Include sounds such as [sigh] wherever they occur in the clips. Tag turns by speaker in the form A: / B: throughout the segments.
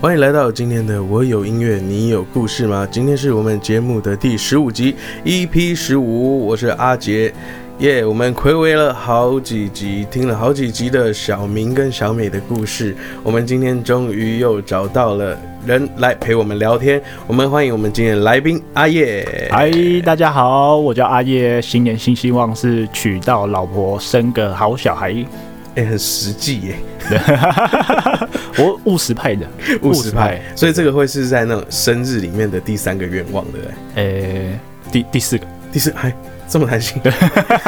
A: 欢迎来到今天的《我有音乐，你有故事吗》？今天是我们节目的第十五集，EP 十五，我是阿杰。耶、我们回味了好几集，听了好几集的小明跟小美的故事，我们今天终于又找到了人来陪我们聊天。我们欢迎我们今天的来宾阿叶。
B: 嗨，大家好，我叫阿叶，新年新希望是娶到老婆，生个好小孩。 [laughs]
A: 哎、很实际耶，
B: 我务实派的，
A: [laughs] 务实派，所以这个会是在那种生日里面的第三个愿望的。哎
B: 呃、第第四个，
A: 第四，哎，这么贪心，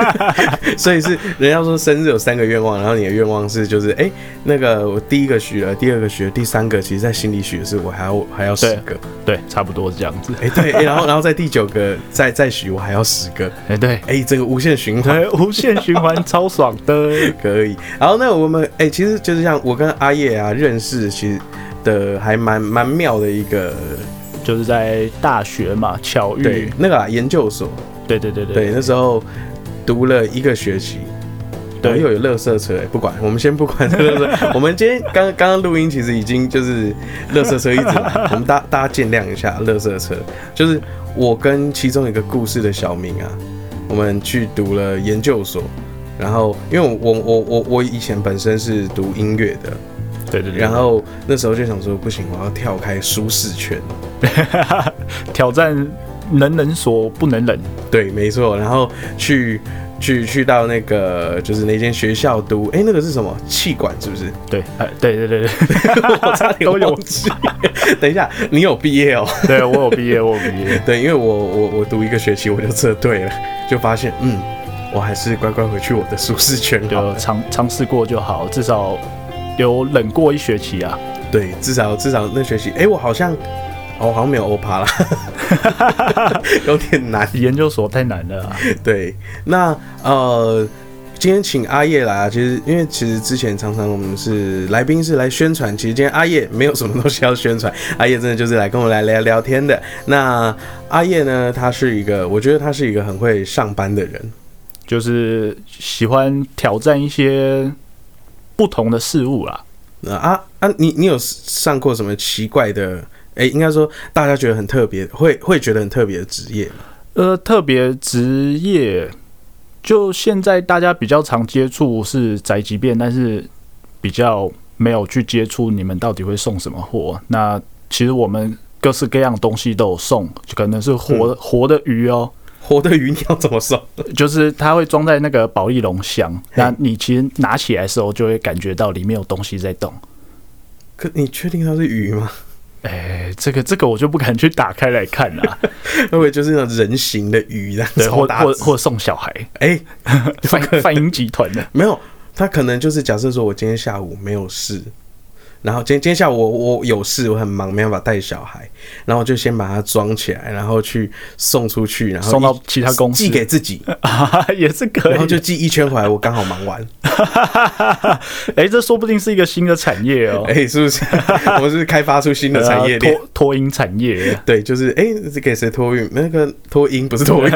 B: [laughs]
A: 所以是人家说生日有三个愿望，然后你的愿望是就是哎、那个我第一个许了，第二个许了，第三个其实在心里许的是我还要还要十个，
B: 对，差不多是这样子。
A: 哎、对、哎然后然后在第九个再再许我还要十个，
B: 哎、
A: [laughs]
B: 对，
A: 哎、这个无限循环。
B: 对，无限循环，超爽的。
A: 可以，然后那我们哎、其实就是像我跟阿叶啊认识，其实的还蛮蛮妙的一个，
B: 就是在大学嘛，巧遇，
A: 对
B: 对，
A: 那个、啊、研究所，
B: 对对嗯对
A: 对，那时候读了一个学期。
B: 对
A: 对，又有乐色车、哎不管，我们先不管这个 [laughs] 垃圾。我们今天刚刚刚录音，其实已经就是乐色车一直来， [laughs] 我们大大家见谅一下，乐色车就是我跟其中一个故事的小明啊，我们去读了研究所，然后因为我我我我我以前本身是读音乐的，
B: 对对对，
A: 然后那时候就想说，不行，我要跳开舒适圈。
B: [laughs] 挑战能忍所不能忍，
A: 对，没错。然后去去去到那个就是那间学校读，哎，那个是什么？气管是不是？
B: 对，哎、对对对对， [laughs]
A: [laughs] 我差点
B: 都有
A: 忘记。 [laughs] 等一下，你有毕业哦？ [laughs]
B: 对我有毕业，我有毕业。
A: 对，因为我我我读一个学期我就撤退了，就发现嗯，我还是乖乖回去我的舒适圈好
B: 就
A: 了。
B: 尝尝试过就好，至少有冷过一学期啊。
A: 对，至少至少那学期，哎，我好像。哦，我好像没有欧 [laughs] 趴啦，有点难。
B: 研究所太难了、 [laughs] 啊，
A: 对，那呃，今天请阿叶来啊，其实因为其实之前常常我们是来宾是来宣传，其实今天阿叶没有什么东西要宣传，阿叶真的就是来跟我来聊聊天的。那阿叶呢，他是一个，我觉得他是一个很会上班的人，
B: 就是喜欢挑战一些不同的事物啦。
A: 呃啊啊，你你有上过什么奇怪的？哎、应该说大家觉得很特别，会会觉得很特别的职业吗，
B: 呃，特别职业，就现在大家比较常接触是宅急便，但是比较没有去接触你们到底会送什么货。那其实我们各式各样东西都有送，就可能是活、活的鱼哦、
A: 活的鱼你要怎么
B: [laughs]
A: 送？
B: 就是它会装在那个保利龙箱，
A: 嘿
B: 那你其实拿起来的时候就会感觉到里面有东西在动。
A: 可你确定它是鱼吗？ [laughs]
B: 哎、这个这个我就不敢去打开来看啦、
A: 会不会就是那种人形的鱼啊？
B: [laughs] 对，
A: 超
B: 或
A: 大
B: 或
A: 只
B: 或送小 [laughs] 孩，
A: 哎、
B: 泛泛英集团 [laughs] 的，
A: 没有，他可能就是假设说我今天下午没有事，然后今天今天下午我我有事，我很忙，没办法带小孩，然后我就先把它装起来，然后去送出去，然后
B: 送到
A: 一
B: 其他公司
A: 寄给自
B: [laughs]
A: 己，
B: 啊也是可以。
A: 然后就寄一圈回来，我刚好忙完，
B: [laughs] 哦哎、这说不定是一个新的产业哦、
A: 哎、是不是？ [laughs] 我们是不是开发出新的产业
B: 呃
A: 链。
B: 脱脱音产 [laughs] 业，
A: 对，就是哎，是给谁托运？那个托音不是托
B: [laughs]
A: 运，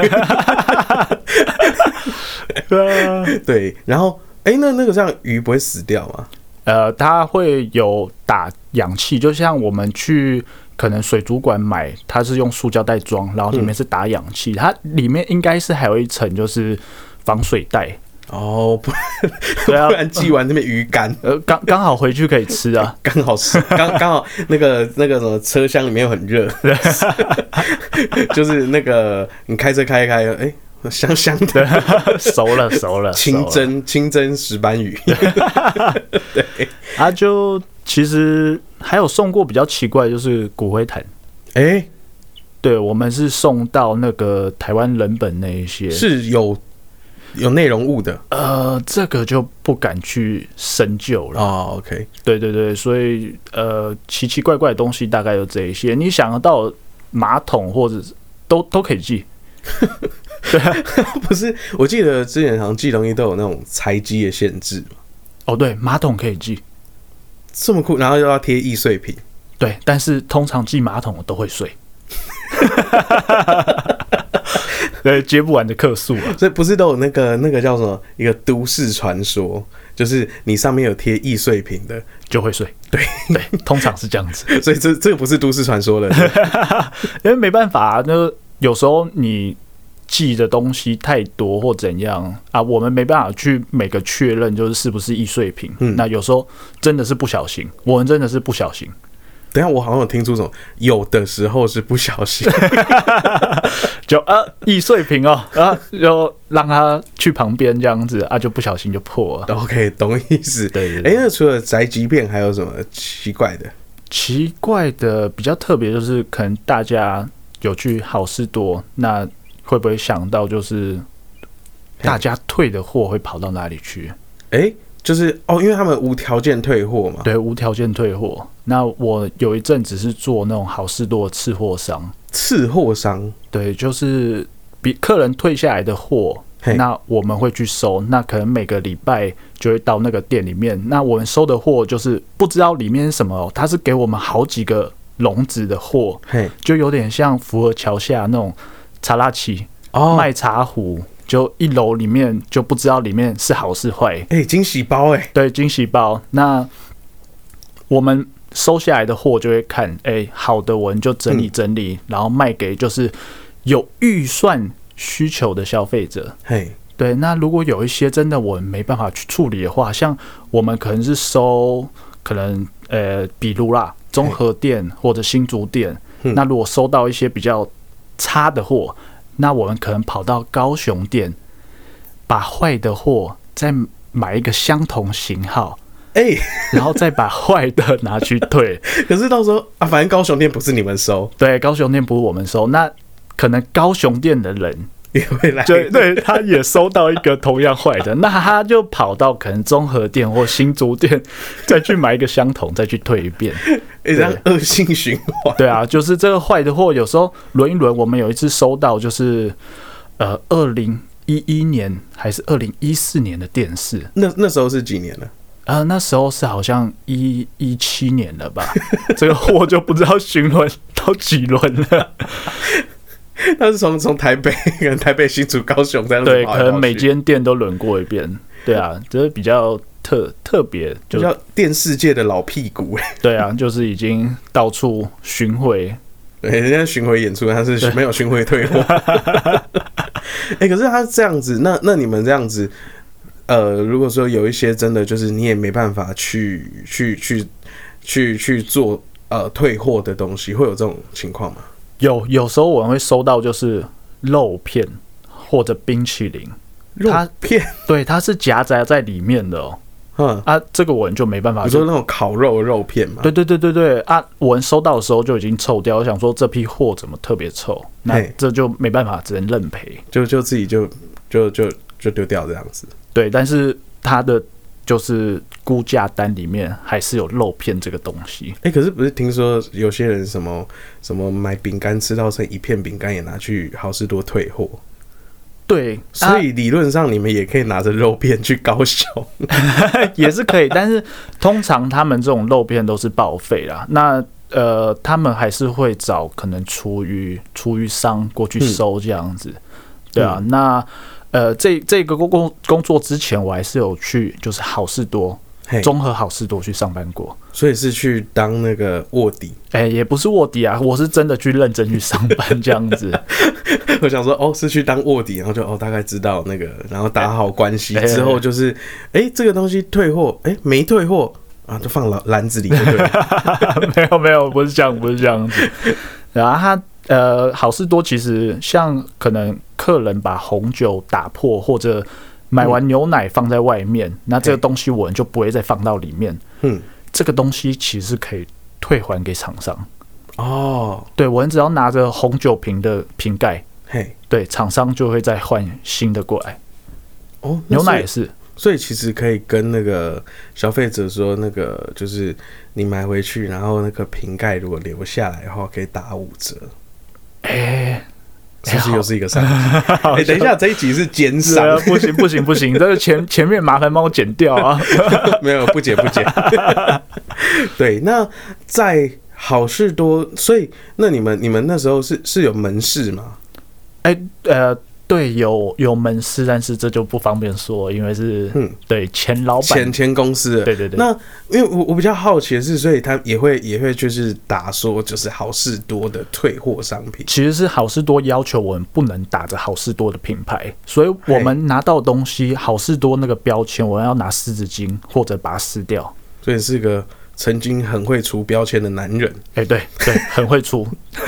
B: 呃
A: 对。然后哎，那那个这样鱼不会死掉吗？
B: 呃，它会有打氧气，就像我们去可能水族馆买，它是用塑胶袋装，然后里面是打氧气，它里面应该是还有一层就是防水袋，
A: 哦，不， [laughs] 不
B: 对啊
A: 然寄完那边鱼干。，
B: 呃，刚刚好回去可以吃啊
A: [laughs] 刚好是刚刚好那个那个什么车厢里面又很热，就是那个你开车开一开，哎、香香的
B: 熟了熟了，
A: 清
B: 熟了
A: 蒸清蒸石斑鱼，
B: 啊，就其实还有送过比较奇怪，就是骨灰坛。
A: [laughs] 哎、
B: 对，我们是送到那个台湾人本那一些，
A: 是有有内容物的
B: 呃，这个就不敢去深究了。
A: 哦。OK，
B: 对对对，所以呃，奇奇怪怪的东西大概有这一些。你想得到马桶或者是都都可以寄，
A: 不是，我记得之前好像寄东西都有那种拆机的限制嘛，
B: 哦，对，马桶可以寄，
A: 这么酷，然后又要贴易碎品，
B: 对，但是通常寄马桶的都会碎。 [laughs] 对，接不完的客诉啊。
A: 所以不是都有那个那个叫什么一个都市传说，就是你上面有贴易碎品的，
B: 就会睡。对对，通常是这样子，
A: 所以这这个不是都市传说了。
B: 因为没办法、啊，那有时候你寄的东西太多或怎样啊，我们没办法去每个确认就是是不是易碎品。
A: 嗯
B: 那有时候真的是不小心，我们真的是不小心。
A: 等一下我好像有听出什么，有的时候是不小心，
B: 就啊易碎品哦，啊就让他去旁边这样子啊，就不小心就破 [laughs] 了。
A: OK，懂意思。
B: 对对
A: 哎、
B: 对
A: 那除了宅急便还有什么奇怪的？
B: 奇怪的比较特别就是，可能大家有去好事多，那会不会想到就是大家退的货会跑到哪里去？
A: 哎、就是哦，因为他们无条件退货嘛，
B: 对，无条件退货。那我有一阵子是做那种好事多的次货商，
A: 次货商
B: 对，就是比客人退下来的货
A: 嘿，
B: 那我们会去收。那可能每个礼拜就会到那个店里面，那我们收的货就是不知道里面是什么哦，它是给我们好几个笼子的货，
A: 嘿
B: 就有点像福和桥下那种查拉奇
A: 哦，
B: 卖茶壶，就一楼里面就不知道里面是好是坏，
A: 哎、惊喜包哎、
B: 对惊喜包。那我们收下来的货就会看，哎、好的我们就整理整理，然后卖给就是有预算需求的消费者。
A: 嘿
B: 对，那如果有一些真的我们没办法去处理的话，像我们可能是收可能呃，比如啦，综合店或者新竹店，
A: 嗯
B: 那如果收到一些比较差的货，那我们可能跑到高雄店，把坏的货再买一个相同型号，
A: 哎、
B: 然后再把坏的拿去退。
A: [laughs] 可是到时候啊，反正高雄店不是你们收，
B: 对，高雄店不是我们收，那可能高雄店的人
A: 也会来。
B: 对对，他也收到一个同样坏的，那他就跑到可能综合店或新竹店，再去买一个相同，再去退一遍。
A: 哎、这样恶性循环。
B: 对啊，就是这个坏的货，有时候轮一轮。我们有一次收到就是，呃，二零一一年还是二零一四年的电视，
A: 那那时候是几年了？
B: 呃，那时候是好像一一七年了吧，这个货就不知道巡轮到几轮了。
A: 那是从从台北，可能台北、新竹、高雄这样子
B: 对，
A: 跑
B: 可
A: 来跑去
B: 能每间店都轮过一遍。对啊，这、是比较特特别，
A: 就
B: 就
A: 叫电视界的老屁股、哎
B: 对啊，就是已经到处巡回，
A: 对，人家巡回演出，他是没有巡回退
B: [laughs]
A: 货。哎、可是他这样子，那那你们这样子，呃，如果说有一些真的就是你也没办法去去去去去做呃退货的东西，会有这种情况吗？
B: 有有时候我们会收到就是肉片或者冰淇淋，
A: 肉
B: 他
A: 片，
B: 对，它是夹杂在里面的哦。
A: 嗯，
B: 啊，这个我们就没办法
A: 你说
B: 就。
A: 那种烤肉肉片嘛？
B: 对对对对对啊！我们收到的时候就已经臭掉，我想说这批货怎么特别臭，那
A: 嘿
B: 这就没办法，只能认赔。
A: 就就自己就就就就丢掉这样子。
B: 对，但是它的就是估价单里面还是有肉片这个东西。
A: 哎、可是不是听说有些人什么什么买饼干吃到剩一片饼干也拿去好事多退货？
B: 对，啊
A: 所以理论上你们也可以拿着肉片去高
B: [laughs]
A: 雄。
B: 也是可以，但是通常他们这种肉片都是报废啦。那呃，他们还是会找可能厨余厨余商过去收这样子，对啊。那呃，这这个工工工作之前，我还是有去就是好事多
A: 嘿，
B: 综合好事多去上班过。
A: 所以是去当那个卧底。 [laughs]
B: 哎、也不是卧底啊，我是真的去认真去上班这样子。
A: 我想说，哦，是去当卧底，然后就哦，大概知道那个，然后打好关系
B: 哎哎
A: 之后，就是，哎、这个东西退货，哎、没退货啊，就放篮篮子里就对
B: [laughs]
A: 了。
B: 没有没有，不是这样，不是这样子。然后他呃，好事多其实像可能客人把红酒打破，或者买完牛奶放在外面，那这个东西我们就不会再放到里面。
A: 嗯，
B: 这个东西其实可以退还给厂商。
A: 哦，
B: 对我们只要拿着红酒瓶的瓶盖，
A: 嘿，
B: 对厂商就会再换新的过来。
A: 哦，那
B: 牛奶也
A: 所以，
B: 是，
A: 所以其实可以跟那个消费者说，那个就是你买回去，然后那个瓶盖如果留下来的话，可以打五折，
B: 哎、
A: 是不是
B: 好
A: 又是一个
B: [laughs]
A: 商机？哎、等一下，这一集是奸
B: 是
A: 商， [laughs]
B: 啊，不行不行不 [laughs] 行，这个前前面麻烦帮我剪掉啊。
A: 没有不解不解。 [laughs] 对，那在好事多，所以那你们你们那时候是是有门市吗？
B: 哎、呃，对，有有门市，但是这就不方便说，因为是、
A: 嗯
B: 对前老板
A: 前，前公司的。
B: 哦对对对，
A: 那因为我我比较好奇的是，所以他也会也会就是打说就是好事多的退货商品，
B: 其实是好事多要求我们不能打着好事多的品牌，所以我们拿到东西好事多那个标签，我们要拿湿纸巾或者把它撕掉。
A: 所以是个曾经很会除标签的男人。 [laughs]
B: 哎、对对，很会出， [laughs]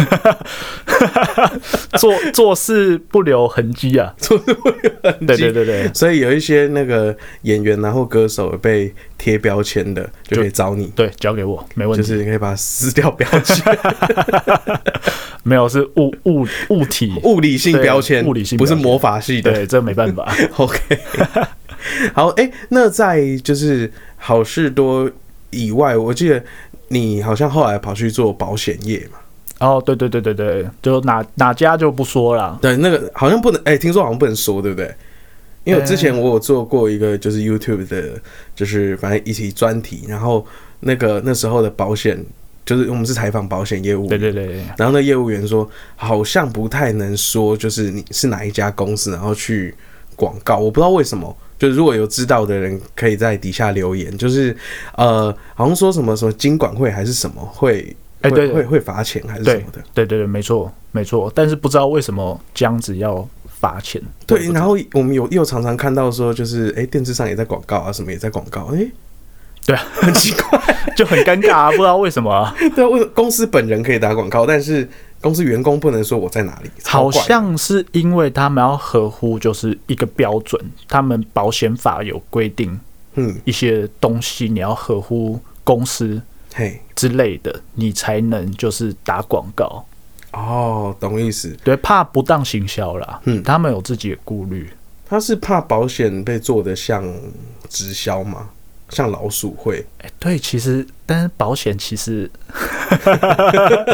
B: 做做事不留痕迹啊！
A: 做事
B: 不留痕迹，对对对对，
A: 所以有一些那个演员然后歌手被贴标签的，就可以找你，
B: 对，交给我，没问
A: 就
B: 题。
A: 是你可以把它撕掉标签，
B: [laughs] 没有是物物物体，
A: 物理性
B: 对
A: 标签，
B: 物理性
A: 不
B: 标
A: 是
B: 签
A: 魔法系的。
B: 对，这没办法。
A: [laughs] OK，好，哎、那在就是好事多以外，我记得你好像后来跑去做保险业嘛？
B: 哦，对对对对对，就哪哪家就不说了。
A: 对，那个好像不能，哎、听说好像不能说，对不对？因为我之前我有做过一个就是 YouTube 的，就是反正一起专题，然后那个那时候的保险，就是我们是采访保险业务，
B: 对对对对，
A: 然后那业务员说，好像不太能说，就是你是哪一家公司，然后去广告。我不知道为什么，就是如果有知道的人，可以在底下留言。就是呃，好像说什么什么金管会还是什么会，
B: 哎
A: 会
B: 对
A: 会会罚钱还是什么的。
B: 对对对，没错没错，但是不知道为什么这样子要罚钱。我也
A: 对，
B: 不知
A: 然后我们有又常常看到说，就是哎，电视上也在广告啊，什么也在广告，哎，
B: 对 [laughs] 啊，
A: [laughs] 很奇怪。
B: 就很尴尬、
A: [laughs]
B: 啊，不知道为什么啊、
A: 对啊，为什么公司本人可以打广告，但是公司员工不能说我在哪里？超
B: 好
A: 怪的
B: 像是因为他们要合乎就是一个标准，他们保险法有规定
A: 嗯，
B: 一些东西你要合乎公司
A: 嘿，
B: 之类的，你才能就是打广告。
A: 哦，懂意思。
B: 对，怕不当行销啦，
A: 嗯
B: 他们有自己的顾虑。
A: 他是怕保险被做的像直销吗？像老鼠会，
B: 哎、对，其实但是保险其实 [laughs] 呃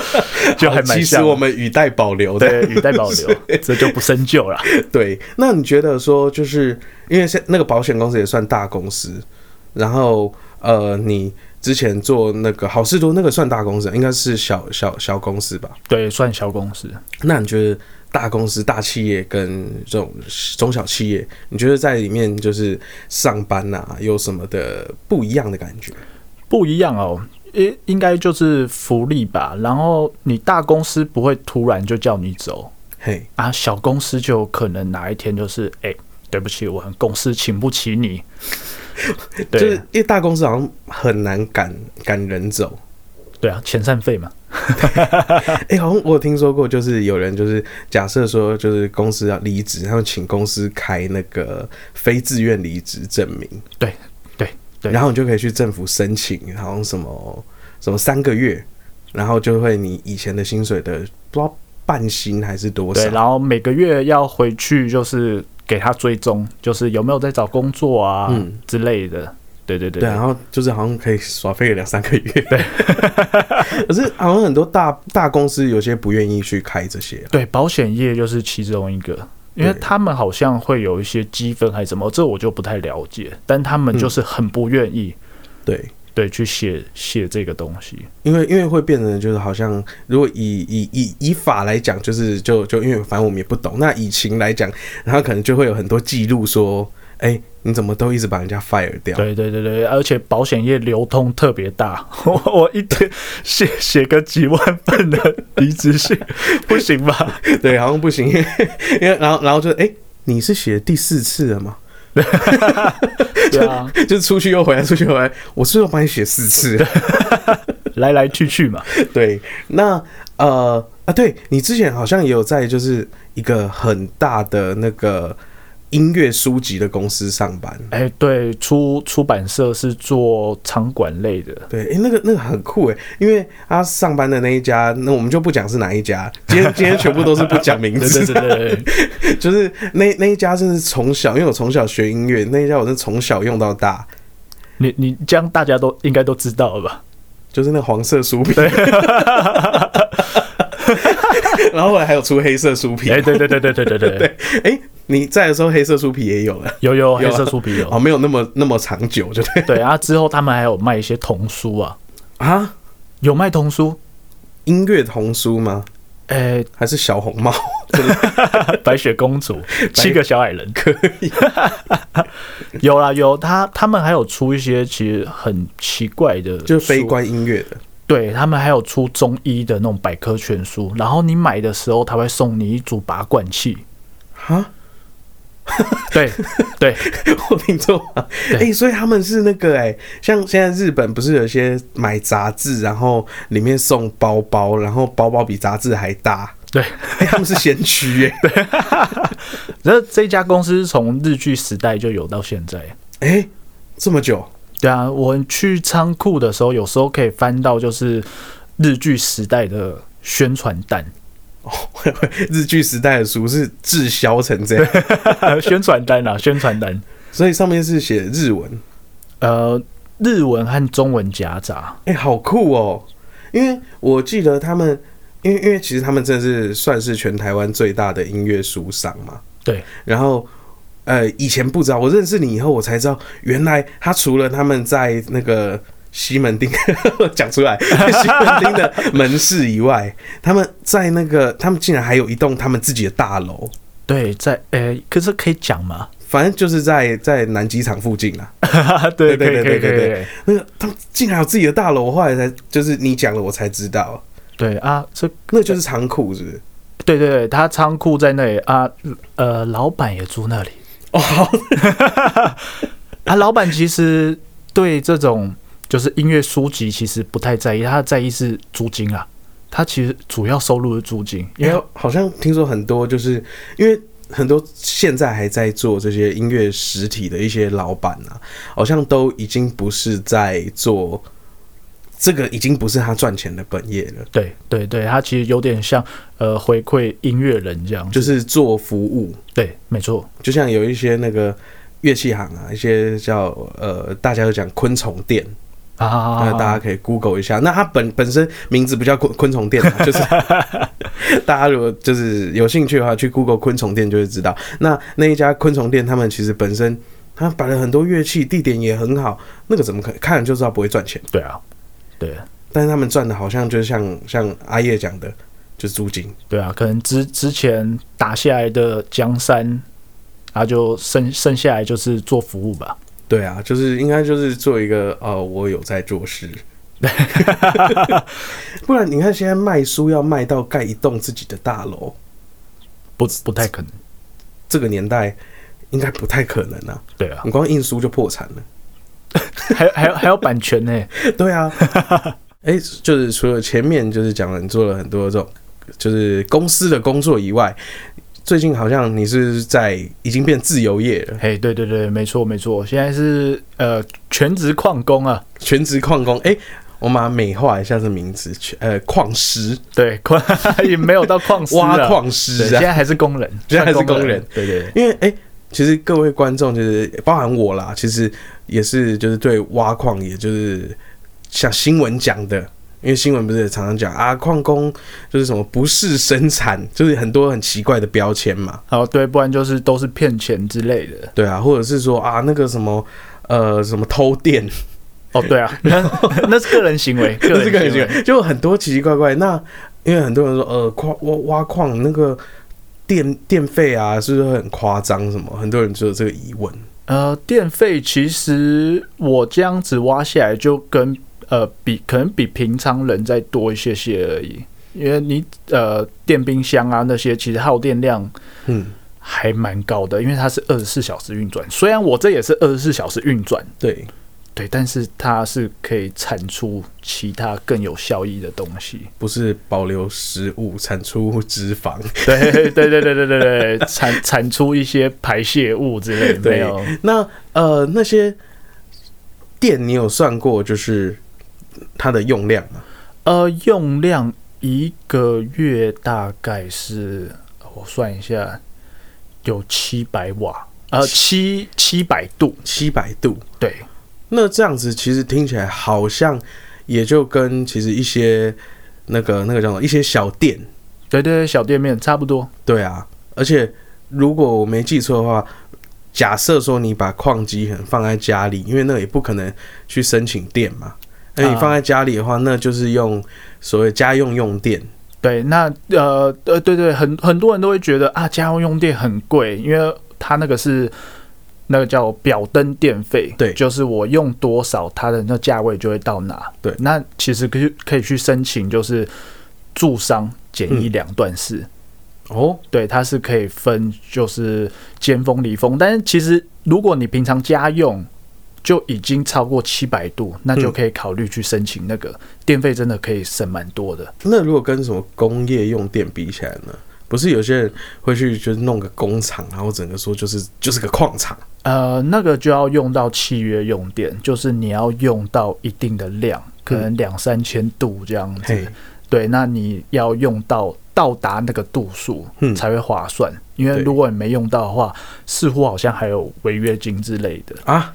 B: 就还蛮
A: 哦
B: 像的。
A: 其实我们语带保留的。
B: 对语带 [laughs] 保留，这就不深究了。
A: 对，那你觉得说，就是因为现那个保险公司也算大公司，然后呃，你之前做那个好事多那个算大公司，应该是小小小公司吧？
B: 对，算小公司。
A: 那你觉得大公司、大企业跟这种中小企业，你觉得在里面就是上班呐、有什么的不一样的感觉？
B: 不一样哦，应应该就是福利吧。然后你大公司不会突然就叫你走
A: 嘿，
B: 啊，小公司就有可能哪一天就是哎、对不起，我们公司请不起你。 [laughs] 对、啊
A: 就是因为大公司好像很难赶赶人走。
B: 对啊，遣散费嘛。
A: 哎、好像我有听说过，就是有人就是假设说，就是公司要离职，他们请公司开那个非自愿离职证明，
B: 对对对
A: 然后你就可以去政府申请，好像什么什么三个月，然后就会你以前的薪水的不知道半薪还是多
B: 对，
A: 少，
B: 然后每个月要回去就是给他追踪，就是有没有在找工作啊、
A: 嗯
B: 之类的。对对对
A: 对，啊然后就是好像可以耍废个两三个月，对， [laughs] 可是好像很多大大公司有些不愿意去开这些，
B: 对，保险业就是其中一个，因为
A: 对
B: 他们好像会有一些积分还是什么，这我就不太了解，但他们就是很不愿意、
A: 对。
B: 对去写写这个东西。
A: 因为因为会变成就是好像，如果以以以以法来讲，就是就就因为反正我们也不懂。那以情来讲，然后可能就会有很多记录说，哎、你怎么都一直把人家 fire 掉？
B: 对对对对，而且保险业流通特别大， [laughs] 我我一天写写个几万份的离职信， [laughs] 不行吧？
A: [laughs] 对，好像不行，因为因为然后然后就哎、你是写第四次了吗？
B: 对啊，
A: [laughs] 就是出去又回来，出去又回来，我是要帮你写四次。
B: [laughs] 来来去去嘛。
A: 对，那呃啊，对你之前好像也有在就是一个很大的那个音乐书籍的公司上班。
B: 哎、对，出出版社是做场馆类的，
A: 对，诶，那个那个很酷诶，因为他上班的那一家，那我们就不讲是哪一家，今天今天全部都是不讲名
B: 对对
A: 字，
B: 对对对。
A: [laughs] 就是那那一家真是从小，因为我从小学音乐，那一家我是从小用到大，
B: 你 [laughs] 你这样大家都应该都知道了 [laughs] 吧？
A: 就是那黄色书皮， [laughs] 然后后来还有出黑色书皮，
B: 哎、对对对对对对对，
A: [laughs] 对，哎、你在的时候黑色书皮也有了，
B: 有有
A: 有
B: 黑
A: 啊
B: 色树皮有，
A: 哦，没有那么那么长久，就对 [laughs]
B: 对啊，之后他们还有卖一些童书啊，
A: 啊，
B: 有卖童书，
A: 音乐童书吗？
B: 哎、 [laughs]
A: 还是小红帽？ [laughs]
B: 白雪公主，七个小矮人，可以。 [laughs] 有啦，有他，他们还有出一些其实很奇怪的，
A: 就是非关音乐的。
B: 对他们还有出中医的那种百科全书，然后你买的时候他会送你一组拔罐器。
A: 哈，
B: 对对，
A: [laughs] 我听错了。哎、
B: 对
A: 所以他们是那个哎、像现在日本不是有些买杂志，然后里面送包包，然后包包比杂志还大。
B: 对 [laughs]
A: 哎、他们是先驱哎、
B: 然后这家公司是从日剧时代就有到现在。
A: 哎、这么久，
B: 对啊，我去仓库的时候，有时候可以翻到就是日剧时代的宣传单，
A: [laughs] 哦日剧时代的书是滞销成这样，
B: 宣传单啊，宣传单。
A: 所以上面是写日文。
B: 呃，日文和中文夹杂，
A: 哎、好酷哦！因为我记得他们，因为因为其实他们真的是算是全台湾最大的音乐书商嘛。
B: 对。
A: 然后，呃，以前不知道，我认识你以后，我才知道，原来他除了他们在那个西门町 [laughs] 讲出
B: [laughs]
A: 来西门町的门市以外，他们在那个他们竟然还有一栋他们自己的大楼，
B: 对，在呃，可是可以
A: [laughs]
B: 讲吗？
A: 反正就是在在南机场附近啦。啊对
B: 对
A: 对
B: 可以
A: 对
B: 可以
A: 对
B: 可以
A: 那个他们竟然有自己的大楼，我后来才就是你讲了，我才知道，
B: 对啊，这
A: 那就是仓库，是不是？
B: 对对对，他仓库在那里啊，呃，老板也住那里
A: 哦，好。
B: 啊。老板其实对这种就是音乐书籍其实不太在意，他在意是租金啊。他其实主要收入是租金，因
A: 因
B: 为
A: 为好像听说很多，就是因为很多现在还在做这些音乐实体的一些老板啊，好像都已经不是在做这个，已经不是他赚钱的本业了，
B: 对对对，它其实有点像呃回馈音乐人这样，
A: 就是做服务。
B: 对，没错，
A: 就像有一些那个乐器行啊，一些叫呃，大家都讲昆虫店，
B: 啊啊啊
A: 那
B: 啊
A: 大家可以 Google 一下。那它本本身名字不叫昆昆虫店啊，就是大家如果就是有兴趣的话，去 Google 昆虫店就会知道。那那一家昆虫店，他们其实本身他摆了很多乐器，地点也很好，那个怎么可看了就知道不会赚钱？
B: 对啊，对
A: 但是他们赚的好像就是像像阿叶讲的，就是租金。
B: 对啊，可能之之前打下来的江山，然后就剩剩下来就是做服务吧。
A: 对啊，就是应该就是做一个呃，我有在做事。不然你看，现在卖书要卖到盖一栋自己的大楼，
B: 不不太可能，
A: 这个年代应该不太可能啊。
B: 对
A: [laughs]
B: 啊，
A: 你光印书就破产了。
B: 还有还有还有版权呢、
A: [laughs] 对 [laughs] 啊，哎、就是除了前面就是讲了你做了很多这种就是公司的工作以外，最近好像你是在已经变自由业了，
B: 嘿，对对对，没错没错，现在是呃全职矿工啊，
A: 全职矿工。哎、我们把它美化一下这名词，全呃，矿师，
B: [laughs] 对矿也没有到
A: [laughs]
B: 矿师啊
A: 挖，矿
B: 对
A: 师
B: 现
A: 啊。
B: 在还是工人，
A: [laughs] 现在还是
B: 算
A: 工人，
B: 对对对，
A: 因为哎、其实各位观众就是包含我啦，其实也是就是对挖矿，也就是像新闻讲的。因为新闻不是也常常讲啊，矿工就是什么不是生产，就是很多很奇怪的标签嘛。
B: 哦对，不然就是都是骗钱之类的。
A: 对啊，或者是说啊，那个什么，呃，什么偷电，
B: 哦，对啊，那那是个人行为，
A: [laughs]
B: 个
A: 这是个
B: 人
A: 很
B: 行
A: 奇
B: 为。
A: 怪，就很多奇奇怪怪。那因为很多人说，呃，矿挖挖矿那个电电费啊，是不是很夸张？什么？很多人就有这个疑问。
B: 呃，电费其实我这样子挖下来就跟呃比可能比平常人再多一些些而已，因为你呃电冰箱啊那些其实耗电量
A: 嗯，
B: 还蛮高的，因为它是二十四小时运转。虽然我这也是二十四小时运转，
A: 对，
B: 对，但是它是可以产出其他更有效益的东西。
A: 不是保留食物，产出脂肪。 [laughs]
B: 对 [laughs] 对对对对对对，产产出一些排泄物之类的，
A: 对
B: 没有。
A: 那呃，那些电你有算过，就是它的用量吗？
B: 呃，用量一个月大概是，我算一下，有七百瓦，呃，七七百度，
A: 七百度。
B: 对，
A: 那这样子其实听起来好像也就跟其实一些那个那个叫什么一些小店，
B: 对对对，小店面差不多，
A: 对啊，而且如果我没记错的话，假设说你把矿机很放在家里，因为那也不可能去申请电嘛。那你
B: 啊
A: 放在家里的话，那就是用所谓家用用电，
B: 对，那呃呃，对对，很很多人都会觉得啊，家用电很贵，因为它那个是那个叫表灯电费，
A: 对
B: 就是我用多少，它的那价位就会到哪。
A: 对
B: 那其实可以可以去申请，就是住商简易两段式，
A: 哦，
B: 对，它是可以分就是尖峰离峰，但是其实如果你平常家用。就已经超过七百度，那就
A: 嗯
B: 可以考虑去申请那个、电费，真的可以省蛮多的。
A: 那如果跟什么工业用电比起来呢？不是有些人会去就是弄个工厂，然后整个说就是就是个矿场，
B: 呃，那个就要用到契约用电，就是你要用到一定的量，可能两三千度这样子。
A: 嘿，
B: 对，那你要用到到达那个度数
A: 嗯
B: 才会划算，因为
A: 对
B: 如果你没用到的话，似乎好像还有违约金之类的。
A: 啊，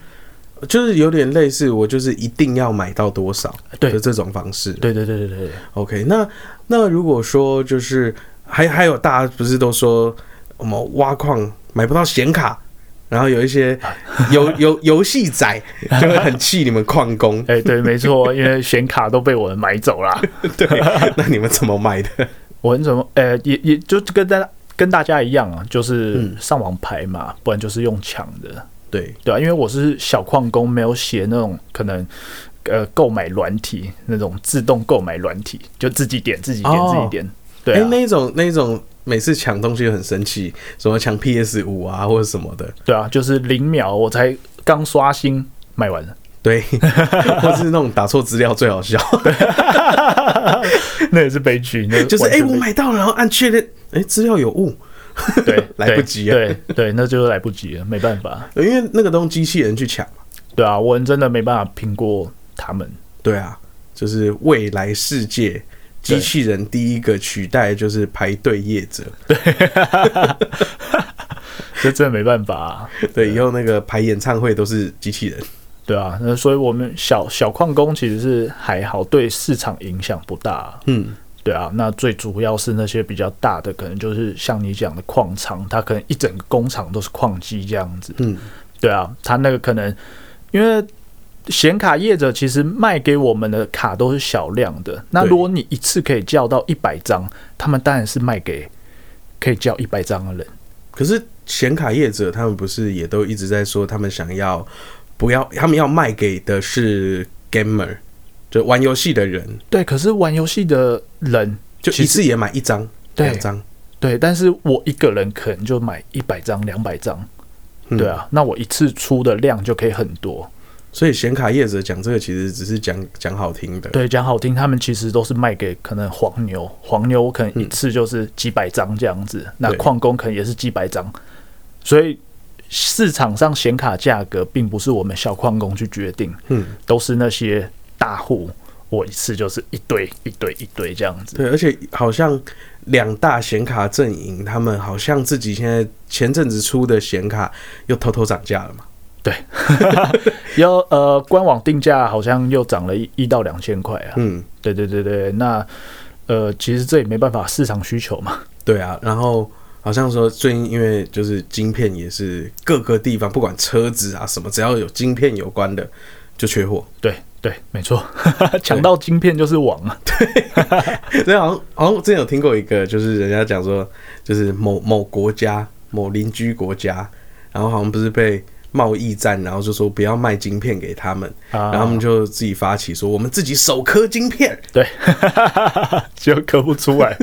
A: 就是有点类似我就是一定要买到多少
B: 对
A: 的，这种方式。
B: 对对对对对。
A: OK，那那如果说就是还还有大家不是都说我们挖矿买不到显卡，然后有一
B: [laughs]
A: 些游游游戏仔就会很气你们矿工， [laughs]
B: 哎、对，没错，因为显卡都被我们买走 [laughs] 了。
A: 对，那你们怎么买的？
B: 我很怎么，呃，也也就跟大跟大家一样啊，就是
A: 嗯
B: 上网排嘛，不然就是用抢的。
A: 对，
B: 对啊，因为我是小矿工，没有写那种可能呃购买软体那种自动购买软体，就自己点自己点、
A: 哦
B: 自己点。
A: 哎、
B: 对啊，
A: 那一种那一种每次抢东西就很生气，什么抢 PS 五啊或者什么的，
B: 对啊，就是零秒我才刚刷新卖完了， [laughs]
A: [laughs] 对，或是那种打错资料最好笑，
B: 那也是悲剧，
A: [laughs]
B: 那
A: 就是哎、
B: 完全
A: 我
B: 悲剧
A: 买到了，然后按确认，哎、资料有误， [laughs]
B: 对
A: 来不及啊
B: 对对对，那就是来不及了，没办法。
A: 因为那个东西机器人去抢嘛，
B: 对啊，我们真的没办法拼过他们。
A: 对啊，就是未来世界。机器人第一个取代就是排队业者，
B: 这真的没办法、啊，
A: 对，以后那个排演唱会都是机器人，
B: 对啊，那所以我们小小矿工其实是还好，对市场影响不大啊、
A: 嗯，
B: 对啊，那最主要是那些比较大的，可能就是像你讲的矿场，它可能一整个工厂都是矿机这样子。
A: 嗯，
B: 对啊，它那个可能因为显卡业者其实卖给我们的卡都是小量的，那
A: 对
B: 如果你一次可以叫到一百张，他们当然是卖给可以叫一百张的人。
A: 可是显卡业者他们不是也都一直在说，他们想要不要，他们要卖给的是 gamer，就玩游戏的人，
B: 对，可是玩游戏的人，
A: 就
B: 其
A: 一
B: 实
A: 次也买一张、
B: 对
A: 两张，
B: 对，但是我一个人可能就买一百张、两百张，
A: 嗯
B: 对。啊，那我一次出的量就可以很多。
A: 所以显卡业者讲这个其实只是讲讲好听的，
B: 对，讲好听，他们其实都是卖给可能黄牛，黄牛可能一次就是几百张这样子，
A: 嗯
B: 那
A: 对
B: 矿工可能也是几百张，所以市场上显卡价格并不是我们小矿工去决定，
A: 嗯，
B: 都是那些大户，我一次就是一堆一堆一堆这样子。
A: 对，而且好像两大显卡阵营，他们好像自己现在前阵子出的显卡又偷偷涨价了嘛，
B: [laughs] 要呃，官网定价好像又涨了一一到两千块啊。
A: 嗯，
B: 对对对对，那呃，其实这也没办法，市场需求嘛。
A: 对啊，然后好像说最近因为就是晶片也是各个地方，不管车子啊什么，只要有晶片有关的就缺货， [laughs]
B: 对对，没错， [laughs] 抢到晶片就是王啊。
A: 对，啊好像好像之前有听过一个，就是人家讲说，就是某某国家某邻居国家，然后好像不是被贸易战，然后就说不要卖晶片给他们，
B: 啊
A: 然后他们就自己发起说我们自己手刻晶片， [laughs]
B: [laughs] 对，就刻不出来。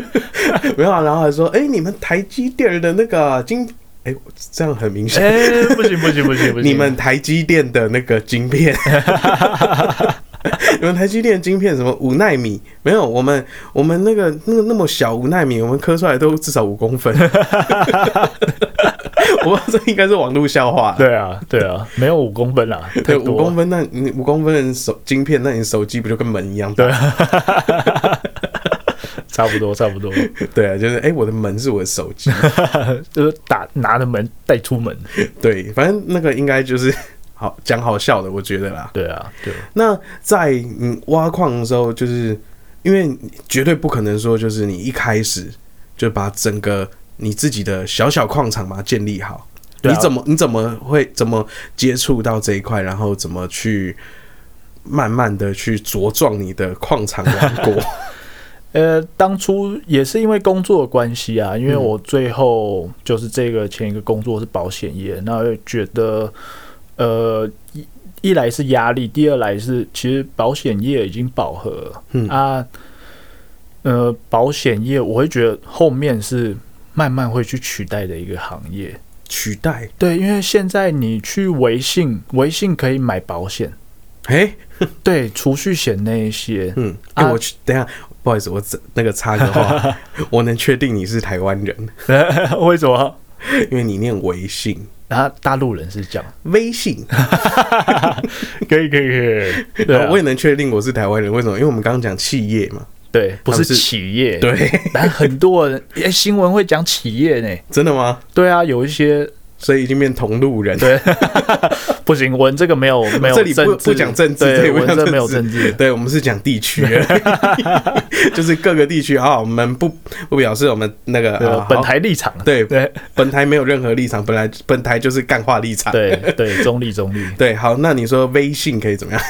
A: 没有啊，然后还说哎、你们台积电的那个晶，哎、这样很明显。
B: [laughs] 哎、不行不行不行不行！
A: 你们台积电的那个晶
B: [laughs]
A: 片，你们台积电晶片什么五纳米？没有，我们我们那个那个那么小五纳米，我们刻出来都至少五公
B: [laughs]
A: 分。我这应该是网络笑话。
B: 对啊对啊，没有五公分啦，
A: 对，
B: 太
A: 五
B: 多
A: 公
B: 了。
A: 分，那你五公分的手晶片，那你手机不就跟门一样大？
B: 对啊，差不多差不 [laughs] 多，
A: 对啊，就是哎、我的门是我的手机。
B: 就是打拿着门带出门。
A: 对，反正那个应该就是好讲好笑的，我觉得啦。
B: 对啊对，
A: 那在你挖矿的时候，就是因为你绝对不可能说，就是你一开始就把整个你自己的小小矿场把它建立好。
B: 对啊
A: 你怎么你怎么会怎么接触到这一块，然后怎么
B: [laughs]
A: 去慢慢的去茁壮你的矿场王国？
B: 呃，当初也是因为工作的关系啊，因为
A: 嗯
B: 我最后就是这个前一个工作是保险业，那又觉得，呃，一一来是压力，第二来是其实保险业已经饱和了
A: 嗯
B: 啊，呃，保险业我会觉得后面是慢慢会去取代的一个行业，
A: 取代，
B: 对，因为现在你去微信，微信可以买保险，
A: 哎，
B: 对，储蓄险那一些，
A: 嗯，哎、
B: 啊
A: 我去，等一下，不好意思，我这那个插个话，
B: [laughs]
A: 我能确定你是台湾人，
B: [laughs] 为什么？
A: 因为你念微信，
B: 然后大陆人是这样，
A: 微信，
B: [laughs] 可以可以可以，对、啊
A: 我，也能确定我是台湾人，为什么？因为我们刚刚讲企业嘛，
B: 对，不
A: 他
B: 是
A: 们是
B: 企业，，
A: 对，
B: 但很多人哎、新闻会讲企业呢，
A: 真的吗？
B: 对啊，有一些
A: 所以已经变同路人，
B: 对，不行，文这个没 [laughs] 有没有
A: 这里不
B: 政治
A: 不讲政治这里
B: 对，
A: 不
B: 文
A: 讲
B: 这没有
A: 政
B: 政治，
A: 对，我们是讲地
B: [laughs]
A: 区而已，就是各个地区啊，我们不不表示我们那个、
B: 对
A: 啊、
B: 呃本
A: 好
B: 台立场，
A: 对
B: 对
A: 本台没有任何立场，本来本台就是干话立场。
B: 对对，中立中立。
A: 对，好，那你说微信可以怎么样？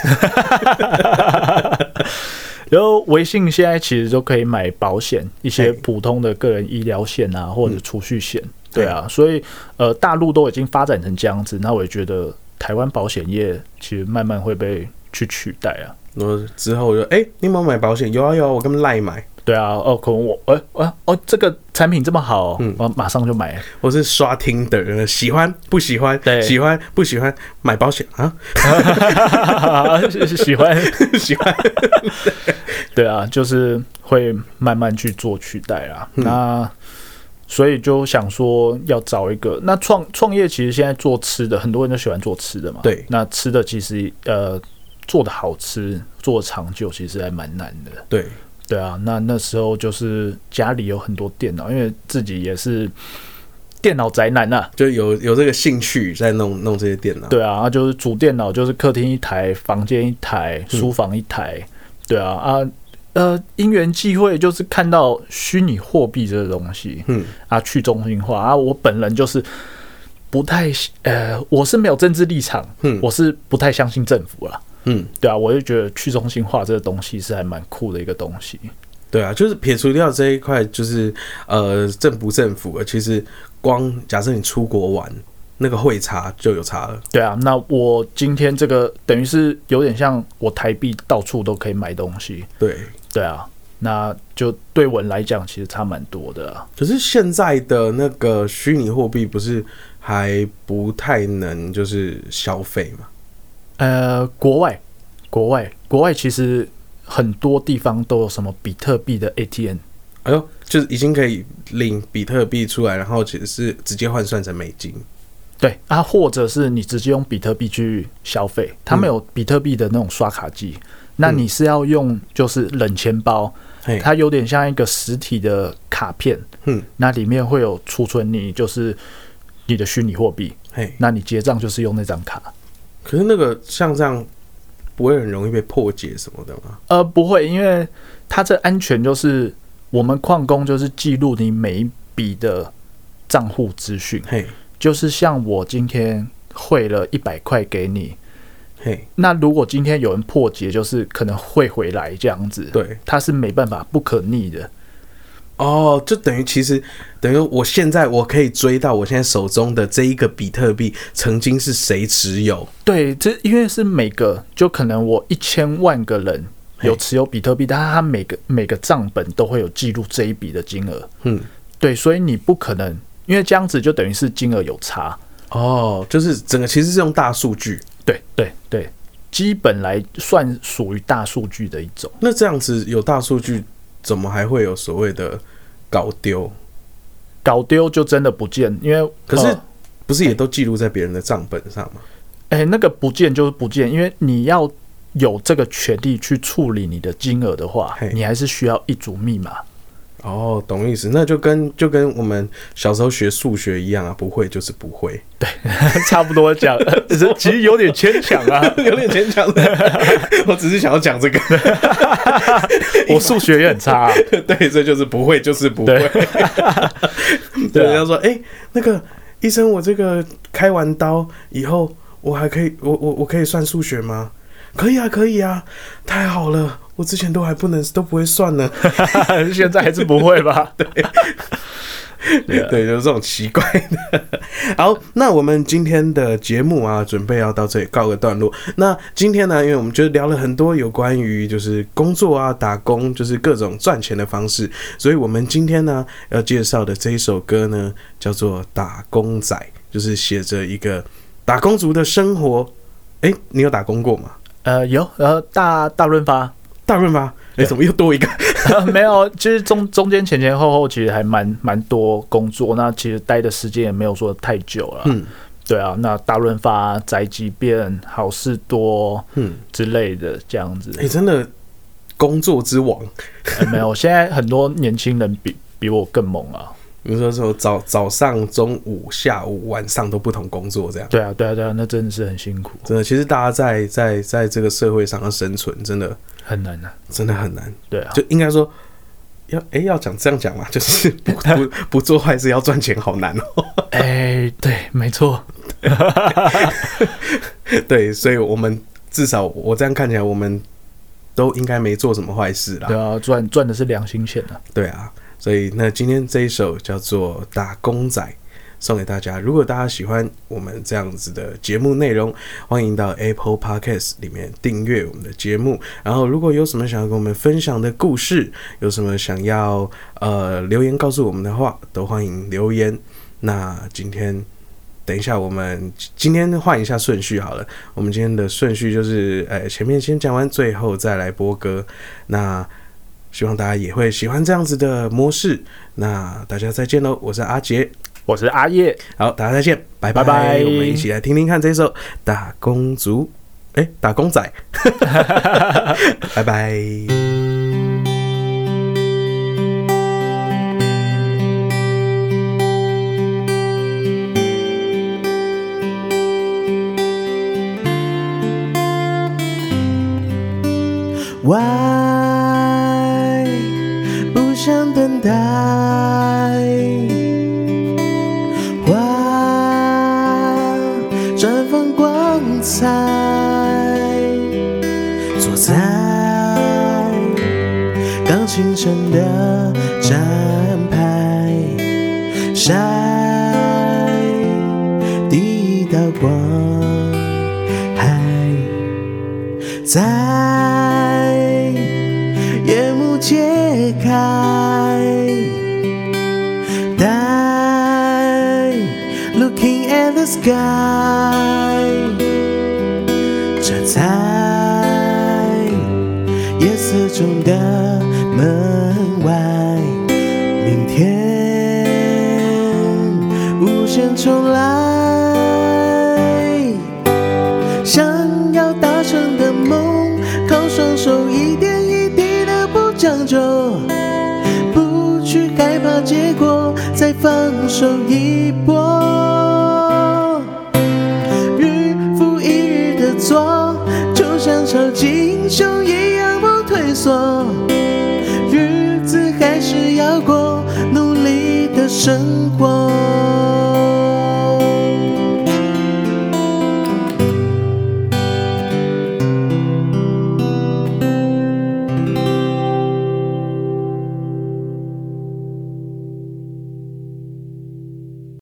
B: 然后微信现在其实就可以买保险，一些
A: 哎
B: 普通的个人医疗险啊，或者储蓄险，对啊，所以呃，大陆都已经发展成这样子，那我也觉得台湾保险业其实慢慢会被去取代啊，
A: 我之后我就哎、你有没有买保险？有啊有啊，我跟赖买，
B: 对啊，哦，可能我，哎、哎哦，这个产品这么好，
A: 嗯
B: 我马上就 [laughs] 买，
A: 我是刷听的，喜欢不喜欢？
B: 对
A: 喜欢不喜欢？买保险啊，[laughs]
B: 喜欢，
A: 喜欢。
B: [laughs] 对啊，就是会慢慢去做取代啊。
A: 嗯
B: 那所以就想说要找一个，那创创业其实现在做吃的，很多人都喜欢做吃的嘛。
A: 对
B: 那吃的其实呃做的好吃，做得长久其实还蛮难的。
A: 对，
B: 对啊，那那时候就是家里有很多电脑，因为自己也是电脑宅男呐、啊。
A: 就有有这个兴趣在弄弄这些电脑。
B: 对啊，啊就是主电脑就是客厅一台，房间一台，书房一台，对啊啊呃，因缘际会就是看到虚拟货币这个东西
A: 嗯，
B: 啊，去中心化啊，我本人就是不太呃，我是没有政治立场，
A: 嗯
B: 我是不太相信政府啦。
A: 嗯，
B: 对啊，我就觉得去中心化这个东西是还蛮酷的一个东西。
A: 对啊，就是撇除掉这一块，就是呃政不政府，其实光假设你出国玩，那个会查就有查了。
B: 对啊，那我今天这个等于是有点像我台币到处都可以买东西，
A: 对，
B: 对啊，那就对我来讲其实差蛮多的啊、
A: 可是现在的那个虚拟货币不是还不太能就是消费嘛？
B: 呃，国外，国外，国外其实很多地方都有什么比特币的 ATM，
A: 哎呦，就是已经可以领比特币出来，然后其实是直接换算成美金。
B: 对啊，或者是你直接用比特币去消费，他们有比特币的那种刷卡机，那你是要用就是冷钱包，
A: 嘿，
B: 它有点像一个实体的卡片，
A: 嗯，
B: 那里面会有储存你就是你的虚拟货币，
A: 嘿，
B: 那你结账就是用那张卡。
A: 可是那个像这样不会很容易被破解什么的吗？
B: 呃，不会，因为它这安全就是我们矿工就是记录你每一笔的账户资讯，
A: 嘿，
B: 就是像我今天汇了一百块给你，
A: 嘿，
B: 那如果今天有人破解，就是可能汇回来这样子，，
A: 对，
B: 它是没办法不可逆的，
A: 哦，就等于其实等于我现在我可以追到我现在手中的这一个比特币曾经是谁持有？
B: 对，这因为是每个就可能我一千万个人。有
A: 嘿
B: 持有比特币，但是它每个每个账本都会有记录这一笔的金额，
A: 嗯，
B: 对，所以你不可能，因为这样子就等于是金额有差，
A: 哦，就是整个其实是用大数据。
B: 对对对，基本来算属于大数据的一种。
A: 那这样子有大数据，怎么还会有所谓的搞丢？
B: 搞丢就真的不见，因为
A: 可是
B: 呃
A: 不是也都记录在别人的账本上吗？
B: 哎、那个不见就是不见，因为你要有这个权利去处理你的金额的话
A: 嘿，
B: 你还是需要一组密码。 [laughs]
A: 哦，懂意思，那就跟就跟我们小时候学数学一样啊，不会就是不会，
B: 差不多讲，这 [laughs] 其实有点牵强 [laughs] 啊。
A: 有点牵强的。我只是想要讲这个， [laughs]
B: 我数学也很差、 [laughs] 啊，
A: 对，这就是不会就是不会。 [laughs] 对，人家说，哎、那个医生，我这个开完刀以后，我还可以，我我我可以算数学吗？可以啊，可以啊，太好了，我之前都还不能都不会算 [laughs] 呢。
B: [laughs] 现在还是不会吧？对，对啊
A: 对，就是这种奇怪的。 [laughs] 好，那我们今天的节目啊，准备要到这里告个段落。那今天呢，因为我们就聊了很多有关于就是工作啊、打工，就是各种赚钱的方式，所以我们今天呢要介绍的这一首歌呢，叫做《打工仔》，就是写着一个打工族的生活。哎、你有打工过吗？
B: [laughs] 呃，有呃大大润发、
A: 大润发，哎、
B: 对
A: 怎么又多一个？
B: 呃 [laughs] 没有，其实中中间前前后后其实还蛮蛮多工作，那其实待的时间也没有说太久了。
A: 嗯
B: 对啊，那大润发、宅急便、好事多
A: 嗯，
B: 之类的这样子
A: 哎、，真的工作之王。
B: 呃没有。现在很多年轻人比比我更猛啊！
A: 比如说说早早上、中午、下午、晚上都不同工作这样。
B: 对啊，对啊，对啊，那真的是很辛苦，
A: 真的，其实大家在在在这个社会上要生存，真的
B: 很难啊。
A: 真的很难。
B: 对啊，
A: 就应该说，要诶，要讲这样讲嘛， [laughs] 就是不不不做坏事要赚钱好难哦、 [laughs]
B: 哎、对，没错，
A: 对，所以我们至少我这样看起来，我们都应该没做什么坏事啦
B: 对。啊，赚赚的是良心钱啊。
A: 对啊，所以那今天这一首叫做《打工仔》。送给大家。如果大家喜欢我们这样子的节目内容，欢迎到 Apple Podcast 里面订阅我们的节目。然后，如果有什么想要跟我们分享的故事，有什么想要呃留言告诉我们的话，都欢迎留言。那今天等一下，我们今天换一下顺序好了。我们今天的顺序就是，呃，前面先讲完，最后再来播歌。那希望大家也会喜欢这样子的模式。那大家再见喽，我是阿杰，
B: 我是阿叶，
A: 好，大家再见，拜拜
B: 拜拜
A: 我们一起来听听看这首《打工族》，哎、打工仔，拜拜。
C: Why 不想等待？Why 绽放光彩？坐在钢琴上的站牌，晒第一道光海。在夜幕揭开，带 looking at the sky，站在夜色中的门外，明天无限重来。想要达成的梦，靠双手一点一滴的不将就，不去害怕结果，再放手一搏，日复一日的做，就像潮起英雄一样不退缩，日子还是要过，努力的生活。